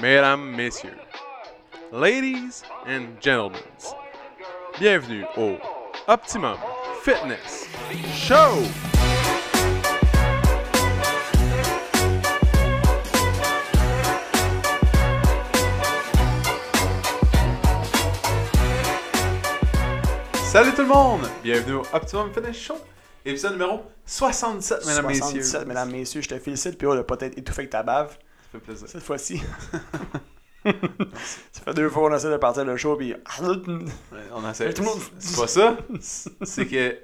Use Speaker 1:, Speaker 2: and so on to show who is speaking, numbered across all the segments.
Speaker 1: mesdames, messieurs, ladies and gentlemen, bienvenue au Optimum Fitness Show! Salut tout le monde! Bienvenue au Optimum Fitness Show, épisode numéro 67, mesdames, messieurs.
Speaker 2: 77, mesdames, messieurs, je te félicite. Puis on a peut-être étouffé avec ta bave
Speaker 1: Ça fait plaisir.
Speaker 2: cette fois-ci. ça fait deux fois qu'on essaie de partir le show. Puis.
Speaker 1: Ouais, On essaie.
Speaker 2: Tout le monde-
Speaker 1: C'est pas ça. C'est que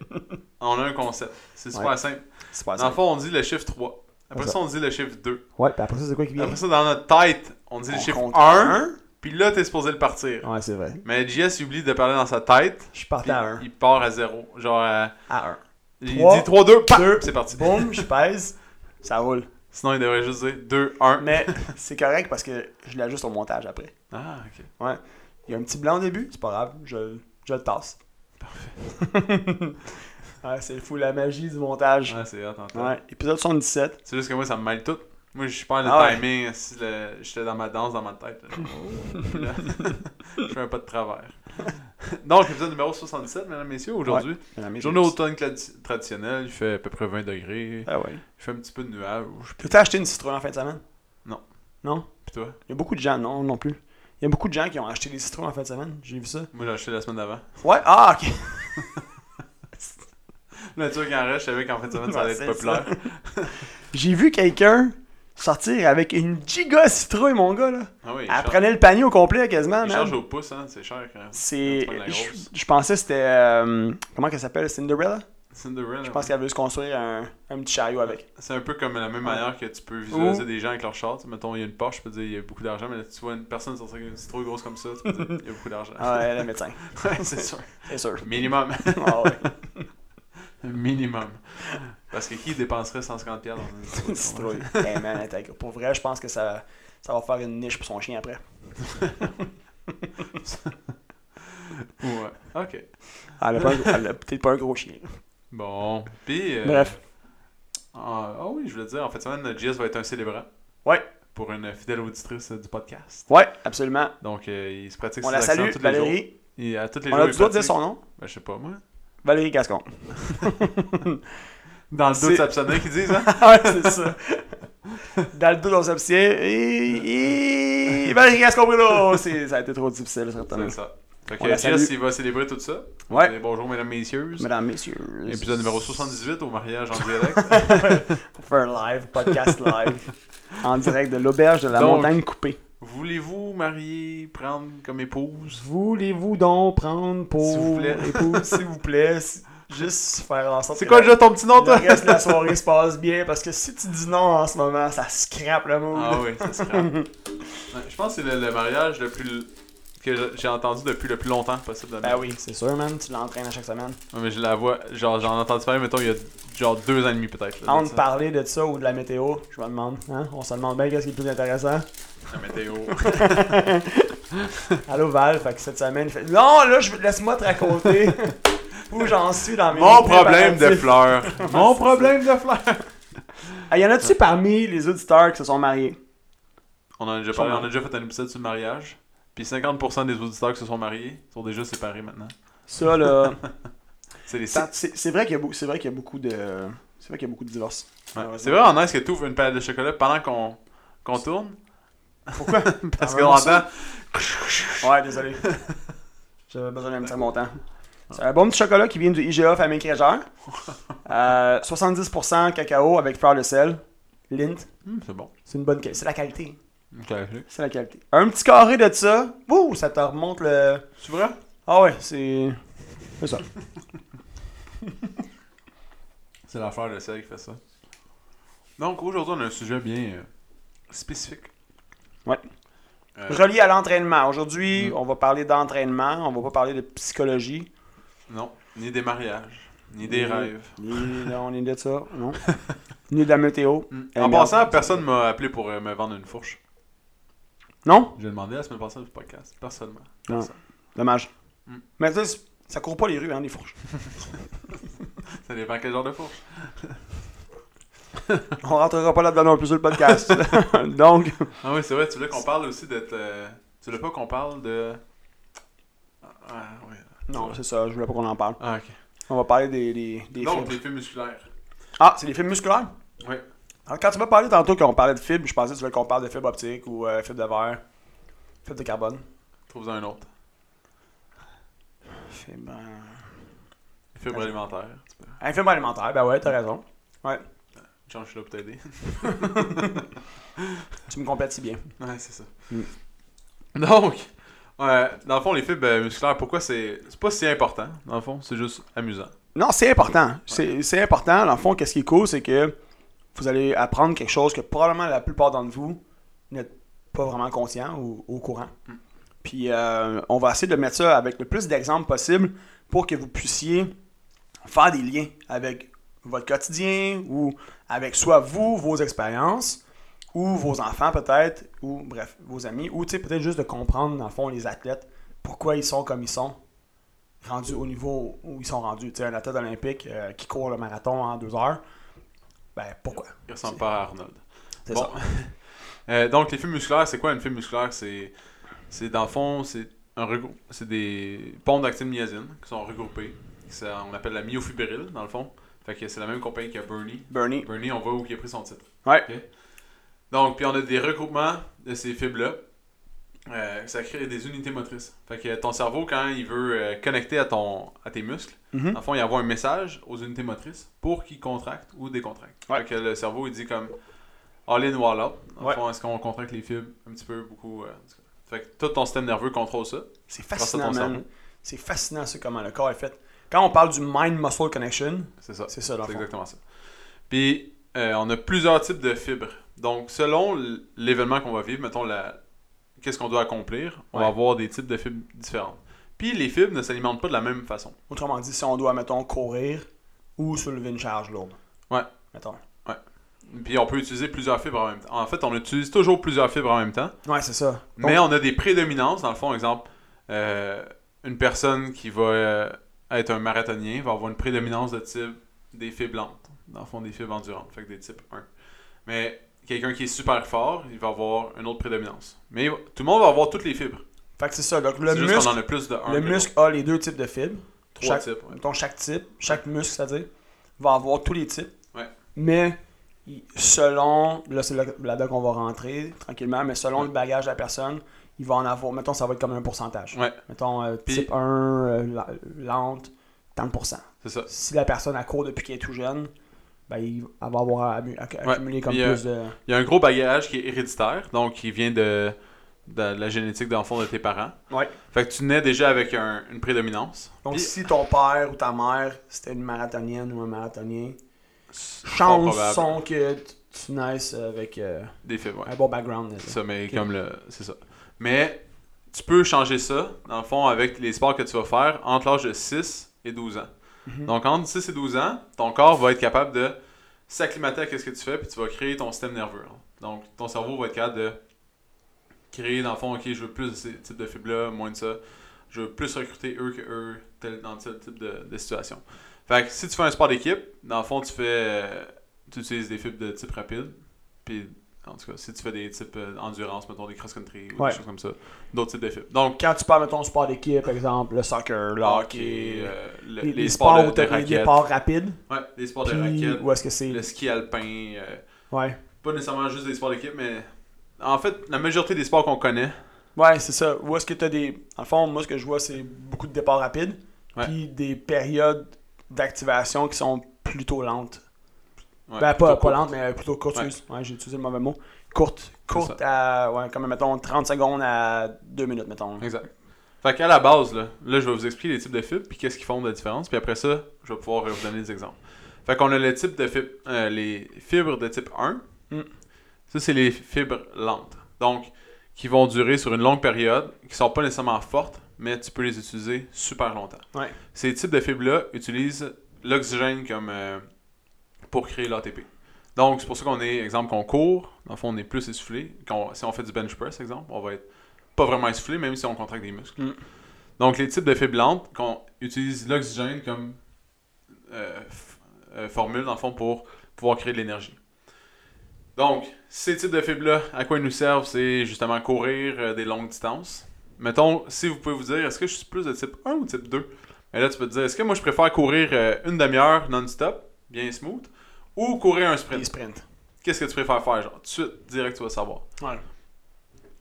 Speaker 1: on a un concept. C'est super
Speaker 2: Ouais. Ah,
Speaker 1: simple.
Speaker 2: C'est pas
Speaker 1: Dans
Speaker 2: ça.
Speaker 1: le fond, on dit le chiffre 3. Après
Speaker 2: C'est
Speaker 1: ça, on dit le chiffre 2.
Speaker 2: Ouais, puis après ça, c'est quoi qui vient
Speaker 1: Après ça, dans notre tête, on dit le
Speaker 2: On
Speaker 1: chiffre
Speaker 2: compte
Speaker 1: 1. Puis là, t'es supposé le partir.
Speaker 2: Ouais, c'est vrai.
Speaker 1: Mais JS oublie de parler dans sa tête.
Speaker 2: Je suis parti
Speaker 1: Puis
Speaker 2: à 1.
Speaker 1: il part à 0. Genre, euh,
Speaker 2: À 1.
Speaker 1: il
Speaker 2: Trois,
Speaker 1: dit 3, 2,
Speaker 2: deux,
Speaker 1: c'est parti.
Speaker 2: Boum, je pèse. Ça roule.
Speaker 1: Sinon, il devrait juste dire 2, 1.
Speaker 2: Mais c'est correct parce que je l'ajuste au montage après.
Speaker 1: Ah, ok.
Speaker 2: Ouais. Il y a un petit blanc au début, c'est pas grave. Je, je le tasse. Parfait. ouais, c'est fou, la magie du montage.
Speaker 1: Ah, c'est hot, en fait.
Speaker 2: Ouais, épisode 77.
Speaker 1: C'est juste que moi, ça me mêle tout. Moi, je perds le
Speaker 2: Ah ouais.
Speaker 1: timing si le- j'étais dans ma danse, dans ma tête. là.
Speaker 2: Oh.
Speaker 1: Puis là, je fais un pas de travers. Donc, épisode numéro 67, mesdames, messieurs, aujourd'hui. Journée automne cla- traditionnelle, il fait à peu près 20 degrés.
Speaker 2: Ah ouais.
Speaker 1: Il fait un petit peu de nuage.
Speaker 2: Peux-tu acheter une citrouille en fin de semaine?
Speaker 1: Non.
Speaker 2: Non?
Speaker 1: Puis toi,
Speaker 2: Il y a beaucoup de gens, non, non plus. Il y a beaucoup de gens qui ont acheté des citrouilles en fin de semaine. J'ai vu ça.
Speaker 1: moi, j'ai acheté la semaine d'avant.
Speaker 2: Ouais, ah, ok.
Speaker 1: Là, tu vois, qu'en reste, je savais qu'en fin de semaine, ça allait être
Speaker 2: Ouais, c'est
Speaker 1: populaire.
Speaker 2: J'ai vu quelqu'un sortir avec une giga citrouille, mon gars, là.
Speaker 1: Ah oui, il
Speaker 2: Elle
Speaker 1: charge,
Speaker 2: prenait le panier au complet, quasiment,
Speaker 1: il
Speaker 2: man.
Speaker 1: charge au pouce, hein, c'est cher quand même.
Speaker 2: C'est.
Speaker 1: Quand tu prends de la
Speaker 2: Je
Speaker 1: grosse.
Speaker 2: je pensais que c'était. euh, comment qu'elle s'appelle Cinderella
Speaker 1: Cinderella. hein.
Speaker 2: Je pense qu'elle veut se construire un, un petit chariot avec.
Speaker 1: C'est un peu comme la même manière que tu peux visualiser
Speaker 2: Ou-
Speaker 1: des gens avec leur char. Tu sais, Mettons, il y a une Porsche, tu peux dire il y a beaucoup d'argent, mais là, tu vois une personne sur ça, c'est trop grosse comme ça, tu peux dire il y a beaucoup d'argent.
Speaker 2: Ah, ouais, le médecin.
Speaker 1: Ouais, c'est sûr.
Speaker 2: C'est sûr.
Speaker 1: Minimum.
Speaker 2: Ah, ouais.
Speaker 1: Minimum. Parce que qui dépenserait 150$ dans une
Speaker 2: Une citrouille. Eh, man, elle est- Pour vrai, je pense que ça, ça va faire une niche pour son chien après.
Speaker 1: Ouais. Ok.
Speaker 2: Ah, Elle a, pas un- elle a peut-être pas un gros chien.
Speaker 1: Bon. Puis. euh,
Speaker 2: Bref.
Speaker 1: Ah ah oui, je voulais dire, en fait, semaine, JS va être un célébrant.
Speaker 2: Ouais.
Speaker 1: Pour une fidèle auditrice euh, du podcast.
Speaker 2: Ouais, absolument.
Speaker 1: Donc, euh, il se pratique
Speaker 2: On
Speaker 1: ses
Speaker 2: la
Speaker 1: accents
Speaker 2: salue,
Speaker 1: tous les jours.
Speaker 2: Valérie.
Speaker 1: Il, à tous les
Speaker 2: On
Speaker 1: jours,
Speaker 2: a
Speaker 1: il
Speaker 2: du droit de dire
Speaker 1: pratique.
Speaker 2: son nom.
Speaker 1: Ben, je sais pas, moi.
Speaker 2: Valérie Gascon.
Speaker 1: Dans le dos de
Speaker 2: C'est-
Speaker 1: Sapsona qu'ils disent, hein?
Speaker 2: ouais, c'est ça. Dans le dos, on s'abstient. Et... et- Valérie Gascon Bruno. C'est- Ça a été trop difficile, certainement.
Speaker 1: C'est ça. Fait
Speaker 2: On
Speaker 1: que
Speaker 2: la
Speaker 1: Jess,
Speaker 2: salue.
Speaker 1: il va célébrer tout ça.
Speaker 2: Ouais.
Speaker 1: Et bonjour, mesdames, messieurs.
Speaker 2: Mesdames, messieurs.
Speaker 1: Épisode numéro 78 au mariage en direct.
Speaker 2: On fait un live, podcast live. en direct de l'auberge de la
Speaker 1: Donc-
Speaker 2: montagne coupée.
Speaker 1: Voulez-vous marier, prendre comme épouse?
Speaker 2: Voulez-vous donc prendre pour
Speaker 1: S'il vous plaît.
Speaker 2: épouse, s'il vous plaît, si- juste faire en sorte
Speaker 1: C'est
Speaker 2: que
Speaker 1: quoi
Speaker 2: la-
Speaker 1: déjà ton petit nom, toi?
Speaker 2: le reste de la soirée se passe bien parce que si tu dis non en ce moment, ça scrape le mood.
Speaker 1: Ah oui, ça se prend. Ouais, Je pense que c'est le, le mariage le plus l- que j'ai entendu depuis le plus longtemps possible. de
Speaker 2: Ben oui, c'est sûr, man. Tu l'entraînes à chaque semaine.
Speaker 1: Ouais, mais je la vois, genre j'en ai entendu parler, mettons, il y a genre deux ans et demi peut-être. là, de
Speaker 2: Entre
Speaker 1: ça.
Speaker 2: parler de ça ou de la météo, je me demande. Hein? On se demande bien qu'est-ce qui est le plus intéressant.
Speaker 1: La météo.
Speaker 2: Allô Val, fait que cette semaine, il fait Non, là, je... laisse-moi te raconter où j'en suis dans mes.
Speaker 1: Mon problème de
Speaker 2: fleurs.
Speaker 1: fleurs. Mon problème de fleurs.
Speaker 2: Il y en a-tu parmi les auditeurs qui se sont mariés
Speaker 1: On en a déjà parlé, on a déjà fait un épisode sur le mariage. Puis 50% des auditeurs qui se sont mariés sont déjà séparés maintenant.
Speaker 2: Ça, là.
Speaker 1: C'est les stats.
Speaker 2: c'est- c'est c'est vrai qu'il y, a beau- c'est vrai qu'il y a beaucoup de. C'est vrai qu'il y a beaucoup de divorces.
Speaker 1: Ouais.
Speaker 2: malheureusement.
Speaker 1: C'est vraiment nice que tu ouvres une palette de chocolat pendant qu'on qu'on tourne.
Speaker 2: Pourquoi
Speaker 1: Parce qu'on
Speaker 2: Ah, vraiment ça?
Speaker 1: entend.
Speaker 2: Ouais, désolé. J'avais besoin d'un petit remontant. C'est un bon petit chocolat qui vient du IGA Famille Créageur. Euh, 70% cacao avec fleur de sel. Lint.
Speaker 1: Hum, c'est bon.
Speaker 2: C'est une bonne qualité. C'est la qualité.
Speaker 1: Ok, ok.
Speaker 2: C'est la qualité. Un petit carré de ça. Ouh, ça te remonte le.
Speaker 1: C'est vrai?
Speaker 2: Ah ouais, c'est. C'est ça.
Speaker 1: C'est la fleur de sel qui fait ça. Donc aujourd'hui, on a un sujet bien euh, spécifique.
Speaker 2: Ouais.
Speaker 1: Euh,
Speaker 2: Relié à l'entraînement. Aujourd'hui,
Speaker 1: Mm.
Speaker 2: on va parler d'entraînement. On va pas parler de psychologie.
Speaker 1: non, ni des mariages, ni des
Speaker 2: Mm.
Speaker 1: rêves.
Speaker 2: Ni on est de ça, non. Ni de la météo.
Speaker 1: Mm.
Speaker 2: Eh,
Speaker 1: En
Speaker 2: merde.
Speaker 1: passant, personne m'a appelé pour euh, me vendre une fourche.
Speaker 2: Non?
Speaker 1: J'ai demandé la semaine passée du podcast. Personnellement.
Speaker 2: Non.
Speaker 1: Personne.
Speaker 2: Dommage.
Speaker 1: Mm.
Speaker 2: Mais tu sais, c'est- ça court pas les rues, hein, les fourches.
Speaker 1: Ça dépend quel genre de fourche.
Speaker 2: On rentrera pas là-dedans non plus sur le podcast. Donc.
Speaker 1: Ah oui, c'est vrai, tu voulais qu'on parle aussi d'être. euh, Tu voulais pas qu'on parle de. Ah, oui.
Speaker 2: Non, c'est ça, je voulais pas qu'on en parle.
Speaker 1: Ah, ok.
Speaker 2: On va parler des, des, des
Speaker 1: Donc,
Speaker 2: fibres.
Speaker 1: les fibres musculaires.
Speaker 2: Ah, c'est des fibres musculaires?
Speaker 1: Oui.
Speaker 2: Alors, quand tu m'as parlé tantôt qu'on parlait de fibres, je pensais que tu voulais qu'on parle de fibres optiques ou euh, fibres de verre, fibres de carbone.
Speaker 1: Trouve-en un autre.
Speaker 2: Fibres. euh,
Speaker 1: Les fibres
Speaker 2: Ah.
Speaker 1: alimentaires. Tu peux-
Speaker 2: Un fibre alimentaire, ben ouais, t'as raison.
Speaker 1: Jean, je suis là pour t'aider.
Speaker 2: Tu me complètes si bien.
Speaker 1: Ouais, c'est ça.
Speaker 2: Mm.
Speaker 1: Donc, euh, dans le fond, les fibres euh, musculaires, pourquoi c'est c'est pas si important, dans le fond, c'est juste amusant.
Speaker 2: Non, c'est important. C'est c'est important. Dans le fond, qu'est-ce qui est cool, c'est que vous allez apprendre quelque chose que probablement la plupart d'entre vous n'êtes pas vraiment conscient ou au courant. Puis euh, on va essayer de mettre ça avec le plus d'exemples possible pour que vous puissiez faire des liens avec votre quotidien ou avec soit vous, vos expériences, ou vos enfants peut-être, ou bref, vos amis, ou tu sais, peut-être juste de comprendre dans le fond les athlètes, pourquoi ils sont comme ils sont, rendus au niveau où ils sont rendus. Tu sais, un athlète olympique euh, qui court le marathon en deux heures, ben pourquoi?
Speaker 1: Il ressemble pas à Arnold.
Speaker 2: C'est
Speaker 1: Bon.
Speaker 2: ça.
Speaker 1: Euh, donc, les fibres musculaires, c'est quoi une fibre musculaire C'est, c'est dans le fond, c'est, un regrou- c'est des ponts d'actine myasine qui sont regroupés. Ça, on appelle la myofibrille, dans le fond. Fait que c'est la même compagnie que Bernie.
Speaker 2: Bernie.
Speaker 1: Bernie, on voit où il a pris son titre.
Speaker 2: Ouais.
Speaker 1: Ok. Donc, puis on a des regroupements de ces fibres-là. Euh, ça crée des unités motrices. Fait que ton cerveau, quand il veut euh, connecter à, ton, à tes muscles,
Speaker 2: Mhm.
Speaker 1: en fond, il envoie un message aux unités motrices pour qu'ils contractent ou décontractent.
Speaker 2: Ouais.
Speaker 1: Fait que le cerveau, il dit comme all in, all out. En
Speaker 2: Ouais.
Speaker 1: fond, est-ce qu'on contracte les fibres un petit peu, beaucoup euh, en tout cas. Fait que tout ton système nerveux contrôle ça.
Speaker 2: C'est
Speaker 1: Grâce à ton
Speaker 2: fascinant, man.
Speaker 1: cerveau.
Speaker 2: C'est fascinant, ça, comment le corps est fait. Quand on parle du mind-muscle connection,
Speaker 1: C'est ça.
Speaker 2: c'est ça, dans
Speaker 1: C'est
Speaker 2: le fond.
Speaker 1: exactement ça. Puis, euh, on a plusieurs types de fibres. Donc, selon l- l'événement qu'on va vivre, mettons, la... qu'est-ce qu'on doit accomplir, on va
Speaker 2: Ouais.
Speaker 1: avoir des types de fibres différentes. Puis, les fibres ne s'alimentent pas de la même façon.
Speaker 2: Autrement dit, si on doit, mettons, courir ou soulever une charge lourde.
Speaker 1: Ouais.
Speaker 2: Mettons.
Speaker 1: Puis, on peut utiliser plusieurs fibres en même temps. En fait, on utilise toujours plusieurs fibres en même temps.
Speaker 2: Ouais, c'est ça. Donc-
Speaker 1: Mais on a des prédominances, dans le fond, exemple, euh, une personne qui va euh, être un marathonien va avoir une prédominance de type des fibres lentes, dans le fond des fibres endurantes, fait que des types 1. Mais quelqu'un qui est super fort, il va avoir une autre prédominance. Mais tout le monde va avoir toutes les fibres.
Speaker 2: Fait que c'est ça. Donc, le
Speaker 1: C'est juste qu'on en
Speaker 2: muscle,
Speaker 1: a plus de 1.
Speaker 2: le muscle a les deux types de fibres.
Speaker 1: Trois
Speaker 2: chaque-
Speaker 1: types. ouais.
Speaker 2: Mettons, chaque type, chaque muscle, c'est-à-dire, va avoir tous les types.
Speaker 1: Ouais.
Speaker 2: Mais il- selon, là, c'est là- là-dedans qu'on va rentrer tranquillement, mais selon
Speaker 1: Ouais.
Speaker 2: le bagage de la personne, il va en avoir, mettons, ça va être comme un pourcentage.
Speaker 1: Ouais.
Speaker 2: Mettons, euh,
Speaker 1: Puis-
Speaker 2: type 1, euh, la- lente, tant de pourcents.
Speaker 1: C'est ça.
Speaker 2: si la personne a court depuis qu'elle est tout jeune, ben, il elle va avoir ammu- acc-
Speaker 1: Ouais,
Speaker 2: accumulé comme
Speaker 1: puis,
Speaker 2: plus de.
Speaker 1: Il y a un gros bagage qui est héréditaire, donc qui vient de, de la génétique, dans le fond, de tes parents.
Speaker 2: Ouais.
Speaker 1: Fait que tu nais déjà avec un- une prédominance.
Speaker 2: Donc,
Speaker 1: Puis-
Speaker 2: si ton père ou ta mère, c'était une marathonienne ou un marathonien,
Speaker 1: Fort
Speaker 2: chance
Speaker 1: probable.
Speaker 2: sont que t- tu naisses avec euh,
Speaker 1: Des fibres, ouais.
Speaker 2: un bon background. là,
Speaker 1: C'est
Speaker 2: ça.
Speaker 1: ça, mais
Speaker 2: Ok.
Speaker 1: comme le. C'est ça. Mais tu peux changer ça, dans le fond, avec les sports que tu vas faire entre l'âge de 6 et 12 ans.
Speaker 2: Mhm.
Speaker 1: Donc, entre 6 et 12 ans, ton corps va être capable de s'acclimater à ce que tu fais, puis tu vas créer ton système nerveux. hein. Donc, ton cerveau va être capable de créer, dans le fond, OK, je veux plus de ces types de fibres-là, moins de ça. Je veux plus recruter eux que eux tel- dans tel type de, de situation. Fait que si tu fais un sport d'équipe, dans le fond, tu fais. euh, tu utilises des fibres de type rapide, puis en tout cas, si tu fais des types euh, endurance, mettons des cross-country ou
Speaker 2: Ouais.
Speaker 1: des choses comme ça, d'autres types de fibres. Donc,
Speaker 2: Quand tu parles, mettons, sport d'équipe, par exemple, le soccer, le hockey,
Speaker 1: hockey, euh, le-
Speaker 2: les,
Speaker 1: les,
Speaker 2: les
Speaker 1: sports, de, de
Speaker 2: où t'as des
Speaker 1: raquettes.
Speaker 2: départs rapides,
Speaker 1: Ouais, les sports de
Speaker 2: puis
Speaker 1: raquettes,
Speaker 2: où est-ce que c'est.
Speaker 1: le ski alpin, euh,
Speaker 2: Ouais,
Speaker 1: pas nécessairement juste des sports d'équipe, mais en fait, la majorité des sports qu'on connaît,
Speaker 2: ouais c'est ça. Où est-ce que tu as des. En fond, moi, ce que je vois, c'est beaucoup de départs rapides,
Speaker 1: Ouais.
Speaker 2: puis des périodes d'activation qui sont plutôt lentes.
Speaker 1: ouais,
Speaker 2: ben, pas,
Speaker 1: plutôt
Speaker 2: pas
Speaker 1: court.
Speaker 2: lente, mais plutôt courte.
Speaker 1: Ouais.
Speaker 2: excuse. Ouais, j'ai utilisé le mauvais mot. Courte. Courte à, ouais, comme mettons 30 secondes à 2 minutes, mettons.
Speaker 1: Exact. Fait qu'à la base, là, là, je vais vous expliquer les types de fibres, puis qu'est-ce qu'ils font de la différence, puis après ça, je vais pouvoir euh, vous donner des exemples. Fait qu'on a le type de fibres, les fibres de type 1.
Speaker 2: Mm.
Speaker 1: Ça, c'est les fibres lentes. Donc, qui vont durer sur une longue période, qui sont pas nécessairement fortes, mais tu peux les utiliser super longtemps.
Speaker 2: Ouais.
Speaker 1: Ces types de fibres-là utilisent l'oxygène comme euh, pour créer l'ATP. Donc, c'est pour ça qu'on est, exemple, qu'on court, dans le fond, on est plus essoufflé. Qu'on- si on fait du bench press, exemple, on va être pas vraiment essoufflé, même si on contracte des muscles.
Speaker 2: Mm.
Speaker 1: Donc, les types de fibres lentes, qu'on utilise l'oxygène comme euh, f- euh, formule, dans le fond, pour pouvoir créer de l'énergie. Donc, ces types de fibres-là, à quoi ils nous servent C'est justement courir euh, des longues distances. Mettons, si vous pouvez vous dire, est-ce que je suis plus de type 1 ou type 2 Et là, tu peux te dire, est-ce que moi je préfère courir euh, une demi-heure non-stop, bien smooth, ou courir un
Speaker 2: Les
Speaker 1: sprint
Speaker 2: sprints.
Speaker 1: Qu'est-ce que tu préfères faire Genre, tout de suite, direct, tu vas savoir.
Speaker 2: Ouais.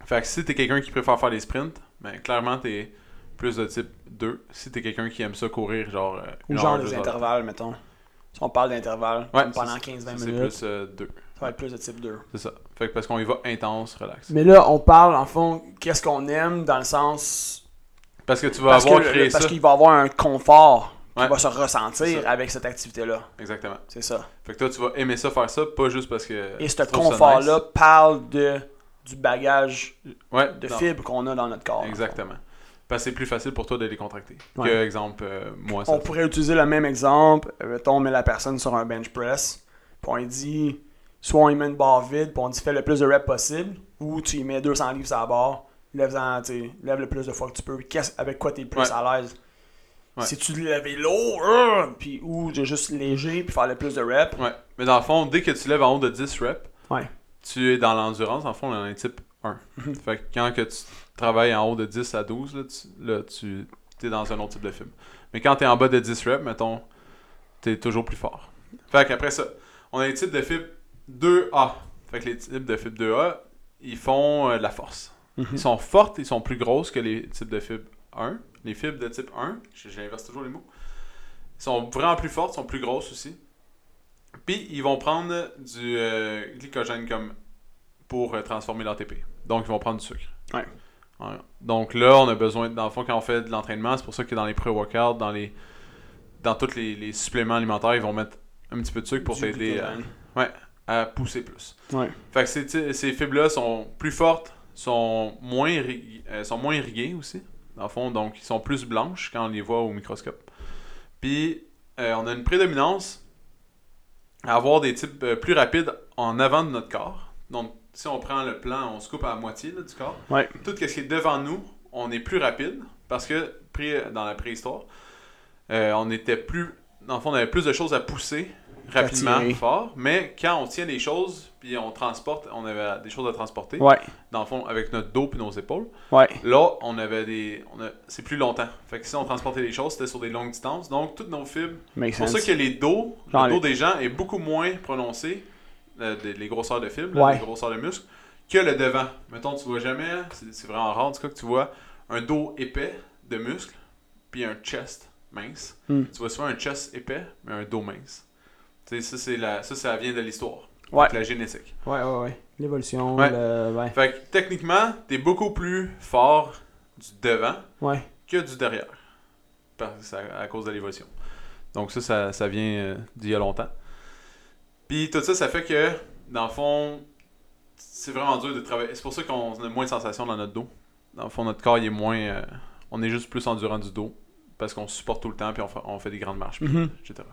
Speaker 1: Fait que si t'es quelqu'un qui préfère faire des sprints, ben clairement t'es plus de type 2. Si t'es quelqu'un qui aime ça courir, genre. euh,
Speaker 2: Ou
Speaker 1: une
Speaker 2: genre
Speaker 1: heure,
Speaker 2: des
Speaker 1: deux heures,
Speaker 2: intervalles, mettons. Si on parle d'intervalles,
Speaker 1: Ouais,
Speaker 2: comme
Speaker 1: ça,
Speaker 2: pendant
Speaker 1: c'est-
Speaker 2: 15-20
Speaker 1: ça,
Speaker 2: minutes,
Speaker 1: C'est plus 2.
Speaker 2: ça va être plus de type 2.
Speaker 1: C'est ça. Fait que parce qu'on y va intense, relax.
Speaker 2: Mais là, on parle, en fond, qu'est-ce qu'on aime dans le sens.
Speaker 1: Parce que tu vas
Speaker 2: Parce
Speaker 1: avoir
Speaker 2: que-
Speaker 1: créé
Speaker 2: parce
Speaker 1: ça.
Speaker 2: qu'il va avoir un confort qui
Speaker 1: Ouais.
Speaker 2: va se
Speaker 1: C'est
Speaker 2: ressentir
Speaker 1: ça.
Speaker 2: avec cette activité-là.
Speaker 1: Exactement.
Speaker 2: C'est ça.
Speaker 1: Fait que toi, tu vas aimer ça, faire ça, pas juste parce que.
Speaker 2: Et ce
Speaker 1: tu trouves ça
Speaker 2: confort-là parle de, du bagage
Speaker 1: nice. Ouais,
Speaker 2: de
Speaker 1: non,
Speaker 2: fibres qu'on a dans notre corps.
Speaker 1: Exactement. Parce que c'est plus facile pour toi de les contracter.
Speaker 2: Ouais.
Speaker 1: Que, exemple, euh, moi, ça.
Speaker 2: On pourrait utiliser le même exemple. Euh, Mettons, on met la personne sur un bench press. Puis on lui dit, soit on lui met une barre vide, puis on dit fais le plus de reps possible, ou tu lui mets 200 livres sur la barre, lève-en, tu sais, lève le plus de fois que tu peux, Qu'est-ce- avec quoi tu es plus
Speaker 1: Ouais.
Speaker 2: à l'aise.
Speaker 1: Ouais.
Speaker 2: Si tu lèves lourd, euh, puis ou de juste léger, puis faire le plus de reps.
Speaker 1: Ouais. Mais dans le fond, dès que tu lèves en haut de 10 reps,
Speaker 2: Ouais.
Speaker 1: tu es dans l'endurance. En fond, on est type 1. fait que quand que tu travailles en haut de 10 à 12, là, tu, là, tu es dans un autre type de film. Mais quand tu es en bas de 10 reps, mettons, tu es toujours plus fort. Fait qu'après ça, on a les types de fibres 2A. Fait que les types de fibres 2A, ils font euh, de la force. Ils sont fortes, ils sont plus grosses que les types de fibres 1. Les fibres de type 1, j- j'inverse toujours les mots, ils sont vraiment plus fortes, sont plus grosses aussi. Puis ils vont prendre du euh, glycogène comme pour euh, transformer l'ATP. Donc ils vont prendre du sucre.
Speaker 2: Ouais.
Speaker 1: Ouais. Donc là, on a besoin, dans le fond, quand on fait de l'entraînement, c'est pour ça que dans les pré-workouts, dans les dans tous les, les suppléments alimentaires, ils vont mettre un petit peu de sucre pour
Speaker 2: du
Speaker 1: t'aider euh, à,
Speaker 2: glycogène.
Speaker 1: à pousser plus.
Speaker 2: Ouais.
Speaker 1: Fait que ces, ti- ces fibres-là sont plus fortes, sont moins, irri- euh, sont moins irriguées aussi, dans le fond, donc ils sont plus blanches quand on les voit au microscope. Puis, euh, on a une prédominance à avoir des types euh, plus rapides en avant de notre corps. Donc, si on prend le plan, on se coupe à la moitié là, du corps.
Speaker 2: Ouais.
Speaker 1: Tout ce qui est devant nous, on est plus rapide parce que pré- dans la préhistoire, euh, on était plus. Dans le fond, on avait plus de choses à pousser rapidement,
Speaker 2: Attirer.
Speaker 1: fort. Mais quand on tient des choses, puis on transporte, on avait des choses à transporter,
Speaker 2: Ouais,
Speaker 1: dans le fond, avec notre dos puis nos épaules.
Speaker 2: ouais.
Speaker 1: Là, on avait des. on a- C'est plus longtemps. Fait que si on transportait des choses, c'était sur des longues distances. Donc, toutes nos fibres
Speaker 2: Make
Speaker 1: c'est pour ça
Speaker 2: sense.
Speaker 1: que les dos,
Speaker 2: Genre
Speaker 1: le dos des gens est beaucoup moins prononcé, euh, des- les grosseurs de fibres,
Speaker 2: Ouais.
Speaker 1: les grosseurs de muscles, que le devant. Mettons, tu vois jamais, hein, c'est c'est vraiment rare en tout cas que tu vois un dos épais de muscles, puis un chest mince.
Speaker 2: Hmm.
Speaker 1: Tu vois souvent un chest épais, mais un dos mince. Tu sais, ça, c'est la, ça, ça vient de l'histoire,
Speaker 2: Ouais.
Speaker 1: de la génétique.
Speaker 2: Ouais, ouais, ouais. L'évolution,
Speaker 1: Ouais.
Speaker 2: le- ouais.
Speaker 1: Fait que techniquement, t'es beaucoup plus fort du devant
Speaker 2: Ouais.
Speaker 1: que du derrière. Parce, à, à cause de l'évolution. Donc ça, ça, ça vient euh, d'il y a longtemps. Puis tout ça, ça fait que, dans le fond, c'est vraiment dur de travailler. C'est pour ça qu'on a moins de sensations dans notre dos. Dans le fond, notre corps, il est moins... euh, on est juste plus endurant du dos. Parce qu'on supporte tout le temps, puis on fait, on fait des grandes marches, puis
Speaker 2: Mhm.
Speaker 1: etc.